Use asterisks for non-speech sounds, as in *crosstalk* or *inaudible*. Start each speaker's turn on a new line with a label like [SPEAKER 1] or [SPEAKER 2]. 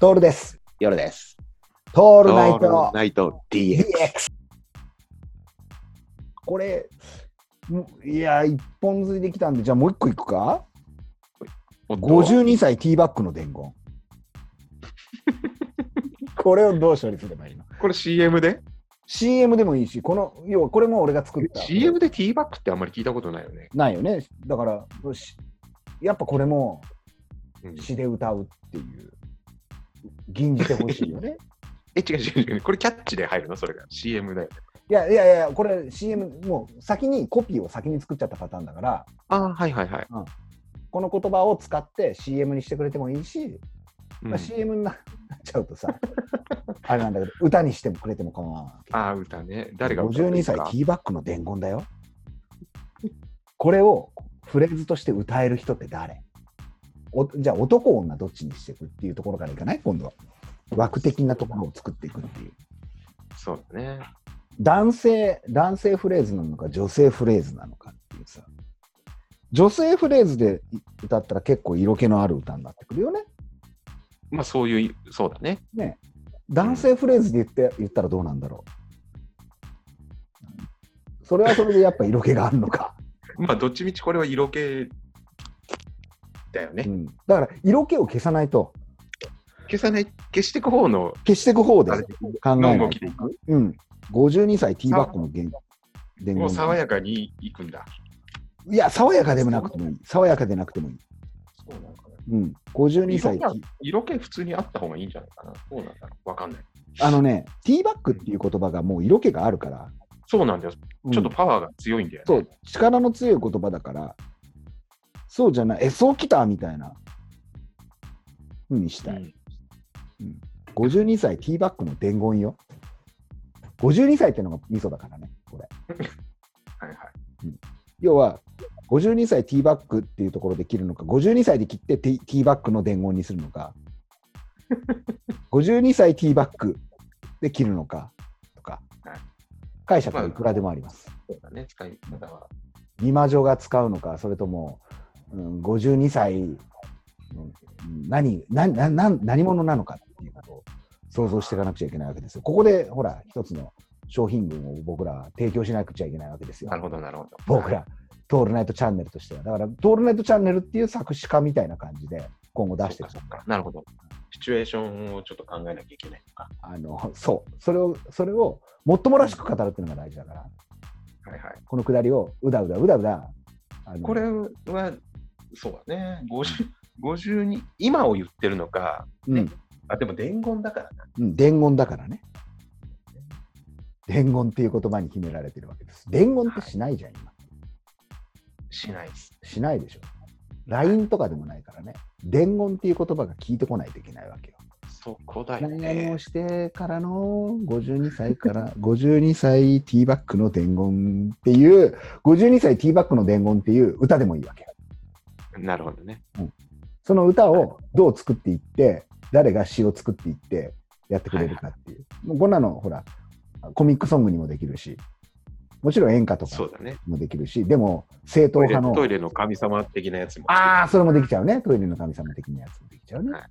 [SPEAKER 1] トールです。
[SPEAKER 2] 夜です。
[SPEAKER 1] トー
[SPEAKER 2] オ
[SPEAKER 1] ルナイト
[SPEAKER 2] ナイト
[SPEAKER 1] DX。
[SPEAKER 2] DX。
[SPEAKER 1] これ、もういや、一本釣りできたんで、じゃあもう一個いくか
[SPEAKER 2] 50
[SPEAKER 1] ?52 歳ティーバックの伝 *laughs* 言。これをどう処理すればいいの
[SPEAKER 2] これ CM で
[SPEAKER 1] ?CM でもいいし、この、要はこれも俺が作った。
[SPEAKER 2] ?CM でティーバックってあんまり聞いたことないよね。
[SPEAKER 1] ないよね。だから、よしやっぱこれも
[SPEAKER 2] うん
[SPEAKER 1] 詩で歌うっていう、吟じてほしいよ *laughs* ね。
[SPEAKER 2] え、違う違う違う。これキャッチで入るのそれが CM だよね。
[SPEAKER 1] いやいやいや、これ CM、もう先にコピーを先に作っちゃったパターンだから、
[SPEAKER 2] ああ、はいはいはい。
[SPEAKER 1] この言葉を使って CM にしてくれてもいいし、
[SPEAKER 2] うん
[SPEAKER 1] まあ、CM にななっちゃうとさ、 *laughs* あれなんだけど、歌にしてもくれても構わんわけ。
[SPEAKER 2] ああ、歌ね。誰が歌うんで
[SPEAKER 1] ?52
[SPEAKER 2] す
[SPEAKER 1] 歳
[SPEAKER 2] か
[SPEAKER 1] ティーバックの伝言だよ。これをフレーズとして歌える人って誰おじゃあ男女どっちにしていくっていうところからいかない今度は。枠的なところを作っていくっていう。
[SPEAKER 2] そうだね。
[SPEAKER 1] 男性、男性フレーズなのか、女性フレーズなのかっていうさ、女性フレーズで歌ったら結構色気のある歌になってくるよね。
[SPEAKER 2] まあそういう、そうだね。
[SPEAKER 1] ね男性フレーズで言って言ったらどうなんだろう。それはそれでやっぱ色気があるの
[SPEAKER 2] *laughs*
[SPEAKER 1] か。
[SPEAKER 2] まあどっちみちこれは色気だよね
[SPEAKER 1] う。ん、だから色気を消さないと、
[SPEAKER 2] 消さない、消していく方の、
[SPEAKER 1] 消していく方で
[SPEAKER 2] あれ
[SPEAKER 1] 考えな
[SPEAKER 2] の動
[SPEAKER 1] い
[SPEAKER 2] きでいく。
[SPEAKER 1] と。うん、52歳ティーバックの言伝
[SPEAKER 2] もう
[SPEAKER 1] 言
[SPEAKER 2] 爽やかにいくんだ。
[SPEAKER 1] いや、爽やかでもなくてもいい。爽やかでなくてもいい。
[SPEAKER 2] そうなのかな。
[SPEAKER 1] うん、52歳ティ
[SPEAKER 2] 色
[SPEAKER 1] ー
[SPEAKER 2] 気色気普通にあった方がいいんじゃないかな。そうなんだろう。わかんない。
[SPEAKER 1] あのね、ティーバックっていう言葉がもう色気があるから、
[SPEAKER 2] そうなんだよ。
[SPEAKER 1] うん
[SPEAKER 2] ちょっとパワーが強いんだよね。
[SPEAKER 1] そう力の強い言葉だから、そうじゃない、え、そうきたみたいなふうにしたい。
[SPEAKER 2] うん
[SPEAKER 1] 52歳ティーバックの伝言よ。52歳ってのがミソだからね、これ。
[SPEAKER 2] はいはい。
[SPEAKER 1] 要は、52歳ティーバックっていうところで切るのか、52歳で切ってティティーバックの伝言にするのか、52歳ティーバックで切るのかとか
[SPEAKER 2] はい、
[SPEAKER 1] 解釈はいくらでもあります。
[SPEAKER 2] そうだね。使い方は。
[SPEAKER 1] 美魔女が使うのか、それとも、うん、52歳、うん何何何何何者なのかっていうことを想像していかなくちゃいけないわけですよ。ここで、ほら、一つの商品群を僕らは提供しなくちゃいけないわけですよ
[SPEAKER 2] な。るほど、なるほど。
[SPEAKER 1] 僕ら、トールナイトチャンネルとしては。だから、トールナイトチャンネルっていう作詞家みたいな感じで、今後出していく
[SPEAKER 2] そ
[SPEAKER 1] と
[SPEAKER 2] っかそっかなるほど。シチュエーションをちょっと考えなきゃいけないのか。
[SPEAKER 1] あの、そう、それを、それを、もっともらしく語るっていうのが大事だから、
[SPEAKER 2] はいはい。
[SPEAKER 1] このくだりを、うだうだうだうだ、あの
[SPEAKER 2] これは、そうだね。50 52、今を言ってるのか、
[SPEAKER 1] うん、
[SPEAKER 2] あ、でも伝言だからな。
[SPEAKER 1] うん、伝言だからね。伝言っていう言葉に秘められてるわけです。伝言ってしないじゃん、今。
[SPEAKER 2] しないです。
[SPEAKER 1] しないでしょ。LINE とかでもないからね。伝言っていう言葉が聞いてこないといけないわけよ。
[SPEAKER 2] そこだよ
[SPEAKER 1] 何々
[SPEAKER 2] ね
[SPEAKER 1] を。してからの52歳から、52歳ティーバックの伝言っていう、52歳ティーバックの伝言っていう歌でもいいわけよ。
[SPEAKER 2] なるほどね。
[SPEAKER 1] その歌をどう作っていって、誰が詩を作っていってやってくれるかっていう。もうこんなの、ほら、コミックソングにもできるし、もちろん演歌とか
[SPEAKER 2] そうだね。
[SPEAKER 1] もできるし、でも正統
[SPEAKER 2] トイレ
[SPEAKER 1] 派の。
[SPEAKER 2] トイレの神様的なやつも。
[SPEAKER 1] ああ、それもできちゃうね。トイレの神様的なやつもできちゃうね。
[SPEAKER 2] はい